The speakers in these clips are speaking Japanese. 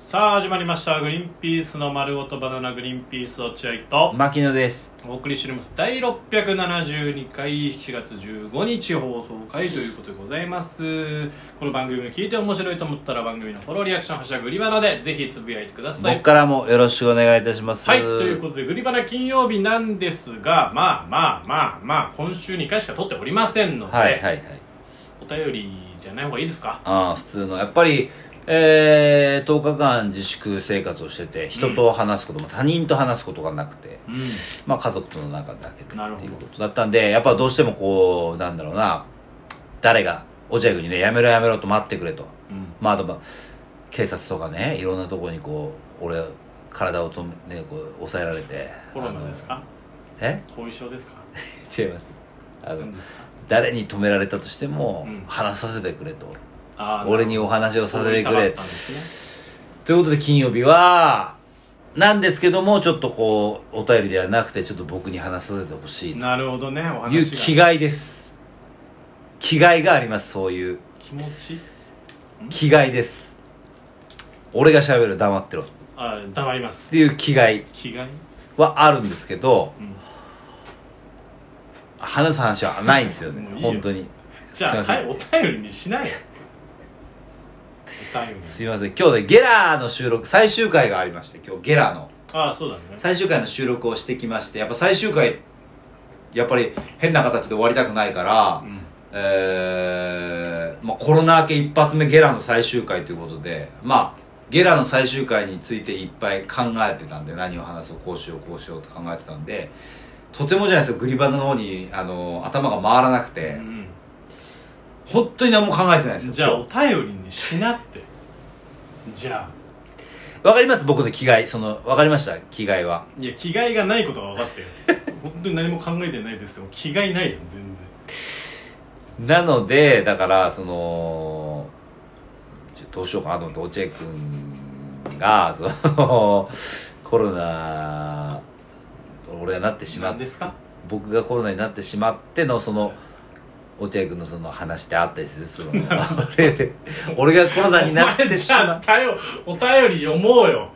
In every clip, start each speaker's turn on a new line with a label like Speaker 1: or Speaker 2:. Speaker 1: さあ始まりました「グリーンピースの丸ごとバナナグリーンピース落合」と
Speaker 2: 牧野です
Speaker 1: お送りしております第672回7月15日放送回ということでございますこの番組を聞いて面白いと思ったら番組のフォローリアクション「ハッシュタググリバナ」でぜひつぶやいてください
Speaker 2: 僕からもよろしくお願いいたします
Speaker 1: はい、ということで、グリバナ金曜日なんですが、まあまあまあまあ、今週2回しか撮っておりませんので、
Speaker 2: はいはいはい
Speaker 1: お便りじゃない方がいいですか
Speaker 2: ああ普通のやっぱりえー、10日間自粛生活をしてて人と話すことも、他人と話すことがなくて、
Speaker 1: うん。
Speaker 2: まあ、家族との中だけで
Speaker 1: なるほ
Speaker 2: っ
Speaker 1: ど
Speaker 2: ていうことだったんでやっぱどうしてもこうなんだろうな誰が落合君にねやめろやめろと待ってくれと
Speaker 1: うん。
Speaker 2: まああとまあ警察とかねいろんなところにこう俺体をとめ、ね、こう抑えられて
Speaker 1: コロナですか
Speaker 2: あのえ
Speaker 1: 後遺症ですか
Speaker 2: 違いますあの
Speaker 1: 何ですか
Speaker 2: 誰に止められたとしても、
Speaker 1: うん
Speaker 2: 話させてくれと
Speaker 1: あー
Speaker 2: 俺にお話をさせてく
Speaker 1: そう言
Speaker 2: れ
Speaker 1: いたかったんですね
Speaker 2: ということで金曜日はなんですけどもちょっとこうお便りではなくてちょっと僕に話させてほしいと
Speaker 1: なるほどね、お話が。
Speaker 2: いう気概です気概がありますそういう
Speaker 1: 気持ち
Speaker 2: 気概です俺が喋る黙ってろっ
Speaker 1: あー黙ります。
Speaker 2: ていう気概
Speaker 1: 気概
Speaker 2: はあるんですけど
Speaker 1: うん。
Speaker 2: 話す話はないんですよね
Speaker 1: もういいよ
Speaker 2: 本当に
Speaker 1: じゃあ、
Speaker 2: すいま
Speaker 1: は
Speaker 2: せ
Speaker 1: い、
Speaker 2: ん
Speaker 1: お便りにしないよ。お便り。
Speaker 2: すいません今日でゲラーの収録最終回がありまして今日ゲラーの
Speaker 1: ああ、そうだね。
Speaker 2: 最終回の収録をしてきましてやっぱ最終回やっぱり変な形で終わりたくないから、
Speaker 1: うん。
Speaker 2: えーまあ、コロナ明け一発目ゲラの最終回ということでまあゲラの最終回についていっぱい考えてたんで何を話そうこうしようこうしようと考えてたんでとてもじゃないですかグリバナの方にあの頭が回らなくて、
Speaker 1: うん
Speaker 2: 本当に何も考えてないですよ
Speaker 1: じゃあ
Speaker 2: 今
Speaker 1: お便りにしなってじゃあ
Speaker 2: 日わかります僕の気概そのわかりました気概はい
Speaker 1: や着替えがないことは分かってる本当に何も考えてないですけど着替えないじゃん全然
Speaker 2: なのでだからそのちょどうしようかなと思って落合君がその コロナ俺がなってしま
Speaker 1: 何
Speaker 2: っ
Speaker 1: ですか
Speaker 2: 僕がコロナになってしまってのその落合君のその話ってあったりするその 俺俺がコロナになってしま
Speaker 1: お前
Speaker 2: っ
Speaker 1: じゃあお便お便り読もうよ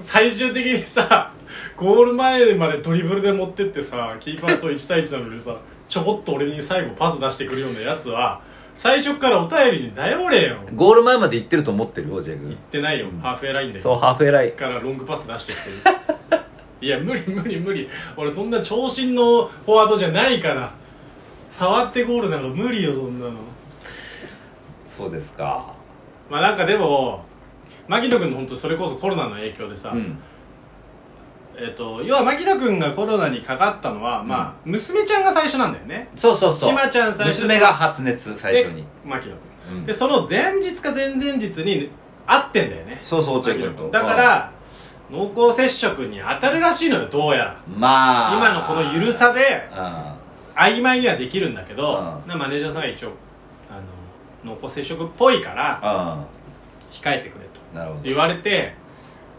Speaker 1: 最終的にさゴール前までドリブルで持ってってさキーパーと1対1なのにさちょこっと俺に最後パス出してくるようなやつは最初からお便りに頼れよ
Speaker 2: ゴール前まで行ってると思ってる落合
Speaker 1: 言っ
Speaker 2: 君
Speaker 1: てないよ、ハーフウェイラインで
Speaker 2: そうハーフウェイライン
Speaker 1: からロングパス出してきてるいや無理無理無理俺そんな長身のフォワードじゃないから触ってゴールなんか無理よそんなの
Speaker 2: そうですか
Speaker 1: まあなんかでも牧野君の本当それこそコロナの影響でさ、
Speaker 2: うん
Speaker 1: えっと要は牧野君がコロナにかかったのは、まあ娘ちゃんが最初なんだよね
Speaker 2: そうそうそう
Speaker 1: ひまちゃん最初
Speaker 2: 娘が発熱最初に
Speaker 1: で、牧野君、
Speaker 2: うん
Speaker 1: でその前日か前々日に会ってんだよね
Speaker 2: そうそう落合
Speaker 1: 牧野
Speaker 2: 君と
Speaker 1: 君だから濃厚接触に当たるらしいのよどうやら
Speaker 2: まあ
Speaker 1: 今のこの緩さで
Speaker 2: う
Speaker 1: 曖昧にはできるんだけど、
Speaker 2: うん
Speaker 1: なマネージャーさんが一応あの濃厚接触っぽいから
Speaker 2: ん
Speaker 1: 控えてくれと
Speaker 2: うんなるほど
Speaker 1: 言われて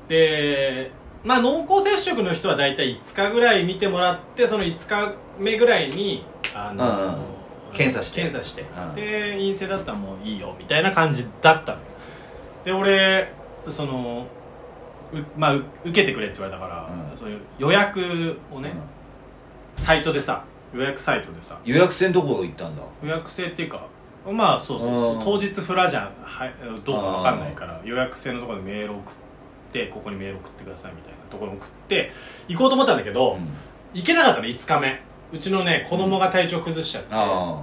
Speaker 1: でまあ濃厚接触の人は大体5日ぐらい見てもらってその5日目ぐらいにあの、
Speaker 2: うんうん検査して
Speaker 1: 検査して、
Speaker 2: うん
Speaker 1: で陰性だったらもういいよみたいな感じだったので俺そのうまあ、う受けてくれって言われたから、
Speaker 2: うん
Speaker 1: そういう予約をね、
Speaker 2: うん
Speaker 1: サイトでさ予約サイトでさ
Speaker 2: 予約制のとこ行ったんだ
Speaker 1: 予約制っていうかまあそうそう
Speaker 2: うん
Speaker 1: 当日フラじゃんはいどうかわかんないから予約制のところでメール送ってここにメール送ってくださいみたいなところに送って行こうと思ったんだけど、
Speaker 2: うん
Speaker 1: 行けなかったの5日目うちのね子供が体調崩しちゃって、
Speaker 2: あ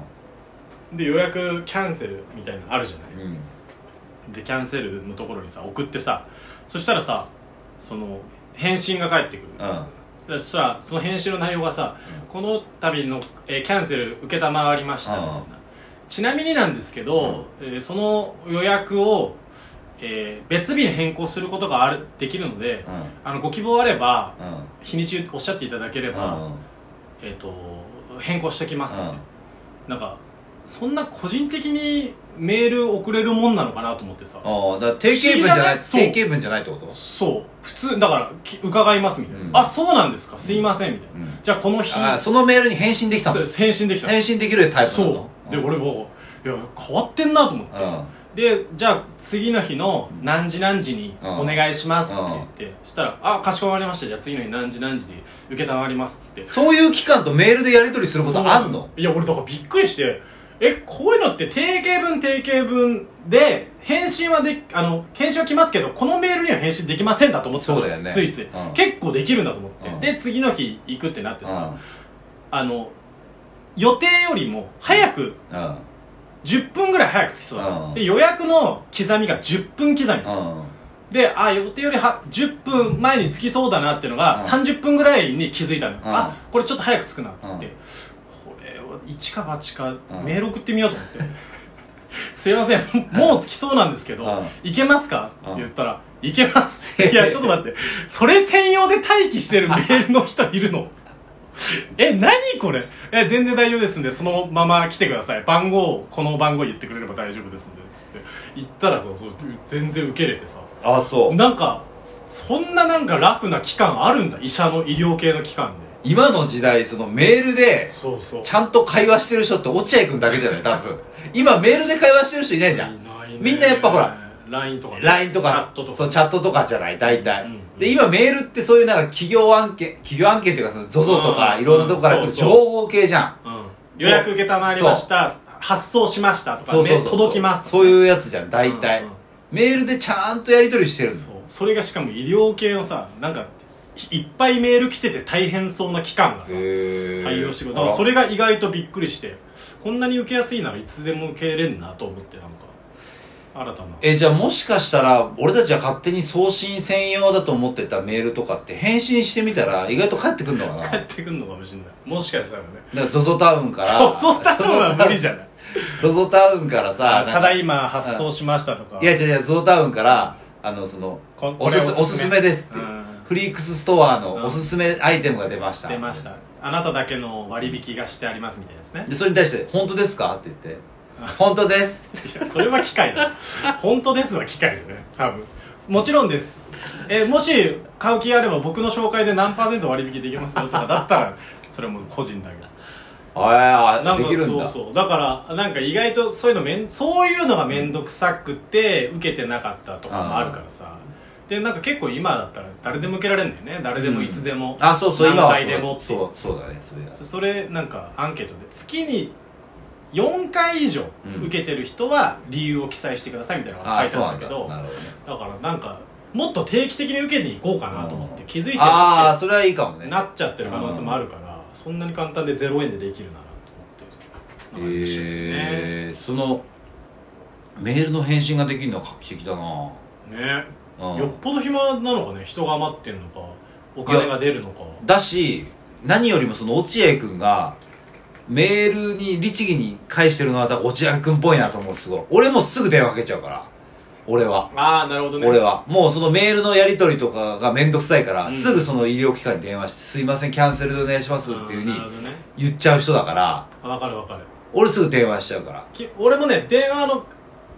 Speaker 1: で予約キャンセルみたいなのあるじゃない
Speaker 2: あ、うん
Speaker 1: でキャンセルのところにさ送ってさそしたらさその返信が返ってくる、
Speaker 2: うん
Speaker 1: そしたらその返信の内容がさ、この度の、えーキャンセル承りましたみたいな、
Speaker 2: うん
Speaker 1: ちなみになんですけど、えーその予約を、えー別日に変更することがあるできるので、
Speaker 2: うん
Speaker 1: あのご希望あれば
Speaker 2: うん
Speaker 1: 日にちおっしゃっていただければ、
Speaker 2: うん
Speaker 1: えー、と変更してきますって、
Speaker 2: うん
Speaker 1: なんかそんな個人的にメール送れるもんなのかなと思ってさ、
Speaker 2: ああだから定型文じゃな
Speaker 1: 不
Speaker 2: い
Speaker 1: 思議じゃないそう
Speaker 2: 定型文じゃないってこと
Speaker 1: そう普通だからき伺いますみたいな、
Speaker 2: うん
Speaker 1: あそうなんですかすいませんみたいな、
Speaker 2: うん
Speaker 1: じゃあこの日
Speaker 2: ああそのメールに返信できた
Speaker 1: そ
Speaker 2: の
Speaker 1: う返信できたの
Speaker 2: 返信できるタイプな
Speaker 1: そ
Speaker 2: の
Speaker 1: うで俺もいや変わってんなと思って
Speaker 2: うん
Speaker 1: でじゃあ次の日の何時何時にお願いしますって言って、そしたら「あかしこまりましたじゃあ次の日何時何時に承ります」っつって
Speaker 2: そういう期間とメールでやり取りすることあんの
Speaker 1: いや俺だからびっくりしてえこういうのって定型文定型文で返信はであの返信は来ますけどこのメールには返信できませんだと思ってたの
Speaker 2: そうだよね
Speaker 1: ついつい、
Speaker 2: うん
Speaker 1: 結構できるんだと思って、
Speaker 2: うん
Speaker 1: で次の日行くってなって
Speaker 2: うん
Speaker 1: さ、あの予定よりも早く
Speaker 2: うん
Speaker 1: 10分ぐらい早く着きそうだった、
Speaker 2: うん
Speaker 1: で予約の刻みが10分刻み、
Speaker 2: うん
Speaker 1: であ予定よりは10分前に着きそうだなっていうのが、
Speaker 2: うん
Speaker 1: 30分ぐらいに気づいたの、あこれちょっと早く着くなっつって、
Speaker 2: う
Speaker 1: こ
Speaker 2: ん
Speaker 1: れを一か八か
Speaker 2: うん
Speaker 1: メール送ってみようと思って、 すいませんもう着きそうなんですけど、
Speaker 2: うん
Speaker 1: 行けますかって言ったら、行けますっていやちょっと待ってそれ専用で待機してるメールの人いるの え何これえ全然大丈夫ですんでそのまま来てください番号をこの番号言ってくれれば大丈夫ですんでつって行ったらさそう全然受け入れてさ
Speaker 2: あそう
Speaker 1: なんかそんななんかラフな機関あるんだ医者の医療系の機関で
Speaker 2: 今の時代そのメールで
Speaker 1: そうそう
Speaker 2: ちゃんと会話してる人って落合君だけじゃない多分今メールで会話してる人いないじゃん
Speaker 1: いないね
Speaker 2: みんなやっぱほら
Speaker 1: LINE とかね
Speaker 2: LINE とか
Speaker 1: チャットとか
Speaker 2: そうチャットとかじゃない大体、
Speaker 1: うんうん
Speaker 2: で今メールってそういうなんか企業案件企業案件っていうかその ZOZO とか
Speaker 1: うん
Speaker 2: いろんなとこから来
Speaker 1: うん
Speaker 2: る
Speaker 1: そ
Speaker 2: 情
Speaker 1: うそう
Speaker 2: 報系じゃん
Speaker 1: うん予約受けたまわりました発送しましたとか
Speaker 2: そうそうそう
Speaker 1: メ届きます
Speaker 2: そう
Speaker 1: う
Speaker 2: いうやつじゃん大体、
Speaker 1: うんうん
Speaker 2: メールでちゃんとやり取りしてるの
Speaker 1: そうそれがしかも医療系のさなんかいいっぱいメール来てて大変そうな機関がさ
Speaker 2: へー
Speaker 1: 対応してくれただからそれが意外とびっくりしてこんなに受けやすいならいつでも受けれんなと思ってなんか新たな
Speaker 2: えじゃあもしかしたら俺たちが勝手に送信専用だと思ってたメールとかって返信してみたら意外と返ってくるの かなだ
Speaker 1: 帰
Speaker 2: か
Speaker 1: ってくんのかもしれないもしかしたらね
Speaker 2: ら ZOZO タウ ンから
Speaker 1: そうそうたのは無理じゃない
Speaker 2: ZOZO タウンからさ
Speaker 1: ただ
Speaker 2: い
Speaker 1: 今発送しましたとか
Speaker 2: いや違う違う ZOZO タウンからあのその
Speaker 1: こ
Speaker 2: おすすおすすめですって、
Speaker 1: うん
Speaker 2: フリークスストアの
Speaker 1: うん
Speaker 2: おすすめアイテムが出ました
Speaker 1: 出ましたあなただけの割引がしてありますみたいなやつね
Speaker 2: でそれに対して「本当ですか?」って言って「本 当です
Speaker 1: いやそれは機械 だ本当ですは機械じゃね多分もちろんですえもし買う気あれば僕の紹介で何パーセント割引できますよとかだったらそれはもう個人だけど」
Speaker 2: あ
Speaker 1: な
Speaker 2: あ
Speaker 1: ん
Speaker 2: で
Speaker 1: か
Speaker 2: きるん
Speaker 1: そう
Speaker 2: だ
Speaker 1: そうだからなんか意外とそういうのめんそういうのが面倒くさくて受けてなかったとかもあるからさでなんか結構今だったら誰でも受けられるんだよね誰でもいつでも、
Speaker 2: あそうそう今
Speaker 1: 何
Speaker 2: は
Speaker 1: 回でもっていう
Speaker 2: そうそうそうだねそういうやつ
Speaker 1: それなんかアンケートで月に4回以上
Speaker 2: うん
Speaker 1: 受けてる人は理由を記載してくださいみたいなの
Speaker 2: あ
Speaker 1: が
Speaker 2: あ
Speaker 1: 書
Speaker 2: そ
Speaker 1: いうてあ
Speaker 2: な
Speaker 1: るんだ
Speaker 2: んだ
Speaker 1: けど
Speaker 2: なるほどね
Speaker 1: だからなんかもっと定期的に受けに行こうかなと思って
Speaker 2: うん
Speaker 1: 気づいて
Speaker 2: ああ
Speaker 1: なく
Speaker 2: それはいいかも
Speaker 1: て
Speaker 2: ね
Speaker 1: なっちゃってる可能性もあるからそんなに簡単で0円でできるならと思ってなんかありましたけどね
Speaker 2: えー、そのメールの返信ができるのは画期的だな
Speaker 1: ね
Speaker 2: うん
Speaker 1: よっぽど暇なのかね人が余ってんのかお金が出るのか
Speaker 2: だし何よりもその落合君がメールに律儀に返してるのはだから落合君っぽいなと思うすごい俺もすぐ電話かけちゃうから俺は
Speaker 1: ああなるほどね
Speaker 2: 俺はもうそのメールのやり取りとかが面倒くさいから、
Speaker 1: うん
Speaker 2: すぐその医療機関に電話して「すいませんキャンセルでお願いします」っていうふう
Speaker 1: あーなる
Speaker 2: に
Speaker 1: ほどね
Speaker 2: 言っちゃう人だから
Speaker 1: あわかるわかる
Speaker 2: 俺すぐ電話しちゃうから
Speaker 1: き俺もね電話の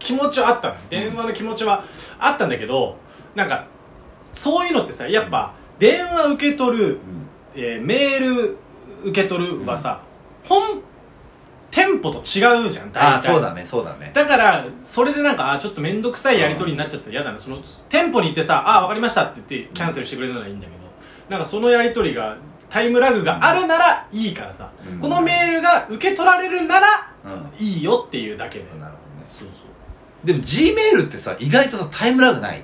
Speaker 1: 気持ちはあったの電話の気持ちはあったんだけど、なんかそういうのってさやっぱ電話受け取る、
Speaker 2: うん
Speaker 1: えーメール受け取るはさ、本店舗と違うじゃん
Speaker 2: あ
Speaker 1: 大
Speaker 2: あそう
Speaker 1: 体
Speaker 2: だねそうだね
Speaker 1: だからそれでなんかあーちょっと面倒くさいやり取りになっちゃったら嫌だなその店舗に行ってさ「あーわかりました」って言ってキャンセルしてくれるならいいんだけどなんかそのやり取りがタイムラグがあるならいいからさ、
Speaker 2: うん
Speaker 1: このメールが受け取られるなら
Speaker 2: うんなる
Speaker 1: いいよっていうだけで、
Speaker 2: ほどね
Speaker 1: そう
Speaker 2: でも G メールってさ意外とさタイムラグない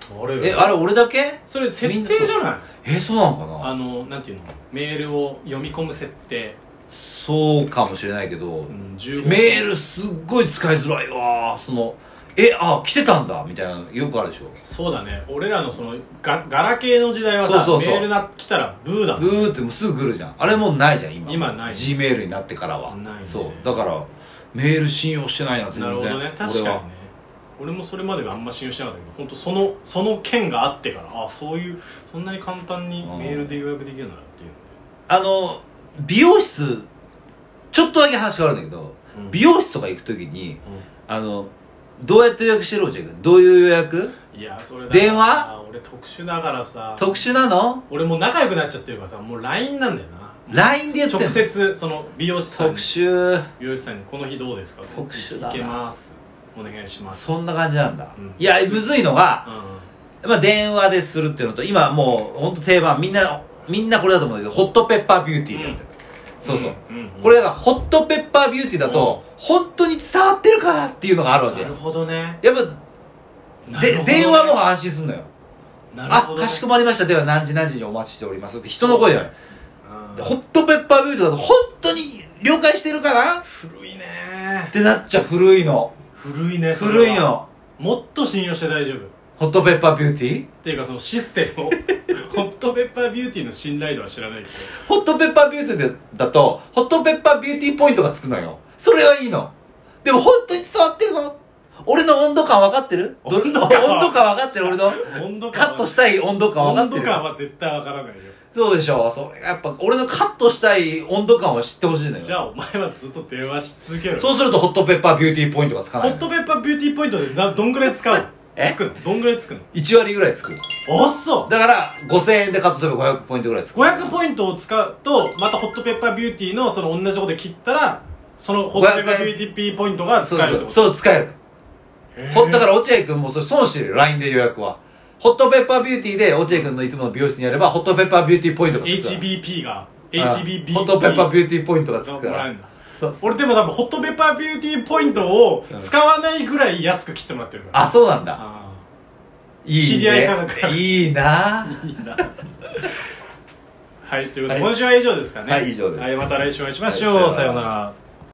Speaker 1: そうあれ
Speaker 2: えあれ俺だけ
Speaker 1: それ設定じゃない
Speaker 2: えそうなのか
Speaker 1: あ
Speaker 2: な
Speaker 1: のなんていうのメールを読み込む設定、
Speaker 2: そうかもしれないけど、
Speaker 1: うん、15
Speaker 2: メールすっごい使いづらいわそのえあ来てたんだみたいなのよくあるでしょ
Speaker 1: そうだね俺らのそのガガラケーの時代はさ
Speaker 2: そうそうそう
Speaker 1: メールな来たらブーだもん
Speaker 2: ブーってもうすぐ来るじゃんあれもうないじゃん今
Speaker 1: 今ない
Speaker 2: G メールになってからは
Speaker 1: ないね
Speaker 2: そうだからメール信用してないな全
Speaker 1: な
Speaker 2: 然
Speaker 1: るほどね確かに
Speaker 2: 俺
Speaker 1: ね
Speaker 2: は
Speaker 1: 俺もそれまではあんま信用してなかったけど本当そのその件があってからあそういうそんなに簡単に
Speaker 2: うん
Speaker 1: メールで予約できるならっていう
Speaker 2: あの美容室ちょっとだけ話変わるんだけど、
Speaker 1: うん
Speaker 2: 美容室とか行く時に
Speaker 1: ので、
Speaker 2: あのどうやって予約してるおじゃんどういう予約
Speaker 1: うんいやそれだ
Speaker 2: 電話
Speaker 1: 俺特殊だからさ
Speaker 2: 特殊なの
Speaker 1: 俺もう仲良くなっちゃってるからさもう LINE なんだよな
Speaker 2: LINE でやってんの
Speaker 1: 直接その美容師さんに
Speaker 2: 特殊
Speaker 1: 美容師さんに「この日どうですか?」
Speaker 2: 特殊だな
Speaker 1: 行けます」お願いします
Speaker 2: そんな感じなんだ、
Speaker 1: うん
Speaker 2: いやむずいのが、
Speaker 1: う
Speaker 2: まあ、電話でするっていうのと今もう本当定番みんなみんなこれだと思うんだけどホットペッパービューティーやってる、そうそう、
Speaker 1: んんん
Speaker 2: これがホットペッパービューティーだと、本当に伝わってるかなっていうのがあるわけ
Speaker 1: な
Speaker 2: や
Speaker 1: るほどね
Speaker 2: っぱ、で電話の方が安心すんのよ、
Speaker 1: なる
Speaker 2: あ
Speaker 1: ほどね
Speaker 2: かしこまりましたでは何時何時にお待ちしておりますって人の声じゃない
Speaker 1: うん
Speaker 2: ホットペッパービューティーだと本当に了解してるかなっ
Speaker 1: 古いね
Speaker 2: てなっちゃう古いの
Speaker 1: 古いねそれは
Speaker 2: 古いの
Speaker 1: もっと信用して大丈夫っ
Speaker 2: ホットペッパービューティー
Speaker 1: ていうかそのシステムを ホットペッパービューティーの信頼度は知らないけど
Speaker 2: ホットペッパービューティーでだと、ホットペッパービューティーポイントがつくのよ。それはいいの。でも本当に伝わってるの俺の温度感分かってるど
Speaker 1: 温度感は
Speaker 2: 温度感分かってる俺の。
Speaker 1: 温度
Speaker 2: カ
Speaker 1: 感
Speaker 2: ットしたい温度感
Speaker 1: は
Speaker 2: 分
Speaker 1: 温
Speaker 2: かって
Speaker 1: 度
Speaker 2: る。
Speaker 1: 感は絶対わからないよ
Speaker 2: そうでしょう。それがやっぱ、俺のカットしたい温度感を知ってほしいのよ。
Speaker 1: じゃあお前はずっと電話し続ける
Speaker 2: そうするとホットペッパービューティーポイントがつか
Speaker 1: ホ
Speaker 2: ないの
Speaker 1: ッ
Speaker 2: よ。
Speaker 1: トペッパービューティーポイントでなどんぐらい使うの
Speaker 2: え
Speaker 1: つくのどんぐらいつくの
Speaker 2: 1割ぐらいつく。
Speaker 1: あっそう
Speaker 2: だから、5000円でカットすれば500ポイントぐらいつく。
Speaker 1: 500ポイントを使うとまたホットペッパービューティーのその同じとこで切ったらそのホットペッパービューティーピーポイントが使
Speaker 2: そう
Speaker 1: えるって
Speaker 2: そう
Speaker 1: こと
Speaker 2: そう、使える。
Speaker 1: へー
Speaker 2: ほだから落合君もそれ損してるよ LINE で予約はホットペッパービューティーで落合君のいつもの美容室にやればホットペッパービューティーポイントがつくから
Speaker 1: HBP が
Speaker 2: あ
Speaker 1: HBP
Speaker 2: ホットペッパービューティーポイントがつ
Speaker 1: が
Speaker 2: く
Speaker 1: も
Speaker 2: から
Speaker 1: え
Speaker 2: ら
Speaker 1: るんだ
Speaker 2: そう
Speaker 1: 俺でも多分ホットペッパービューティーポイントを使わないぐらい安く切ってもらってるから
Speaker 2: あそうなんだ
Speaker 1: あ
Speaker 2: いいね
Speaker 1: 知り合い価格
Speaker 2: いいな
Speaker 1: ーいい なはいということで
Speaker 2: はい
Speaker 1: 今週は以上ですかね
Speaker 2: はい以上です
Speaker 1: はいまた来週お会いしましょう、
Speaker 2: はい
Speaker 1: さ
Speaker 2: さ
Speaker 1: よ
Speaker 2: よ
Speaker 1: う
Speaker 2: う
Speaker 1: な
Speaker 2: な
Speaker 1: ら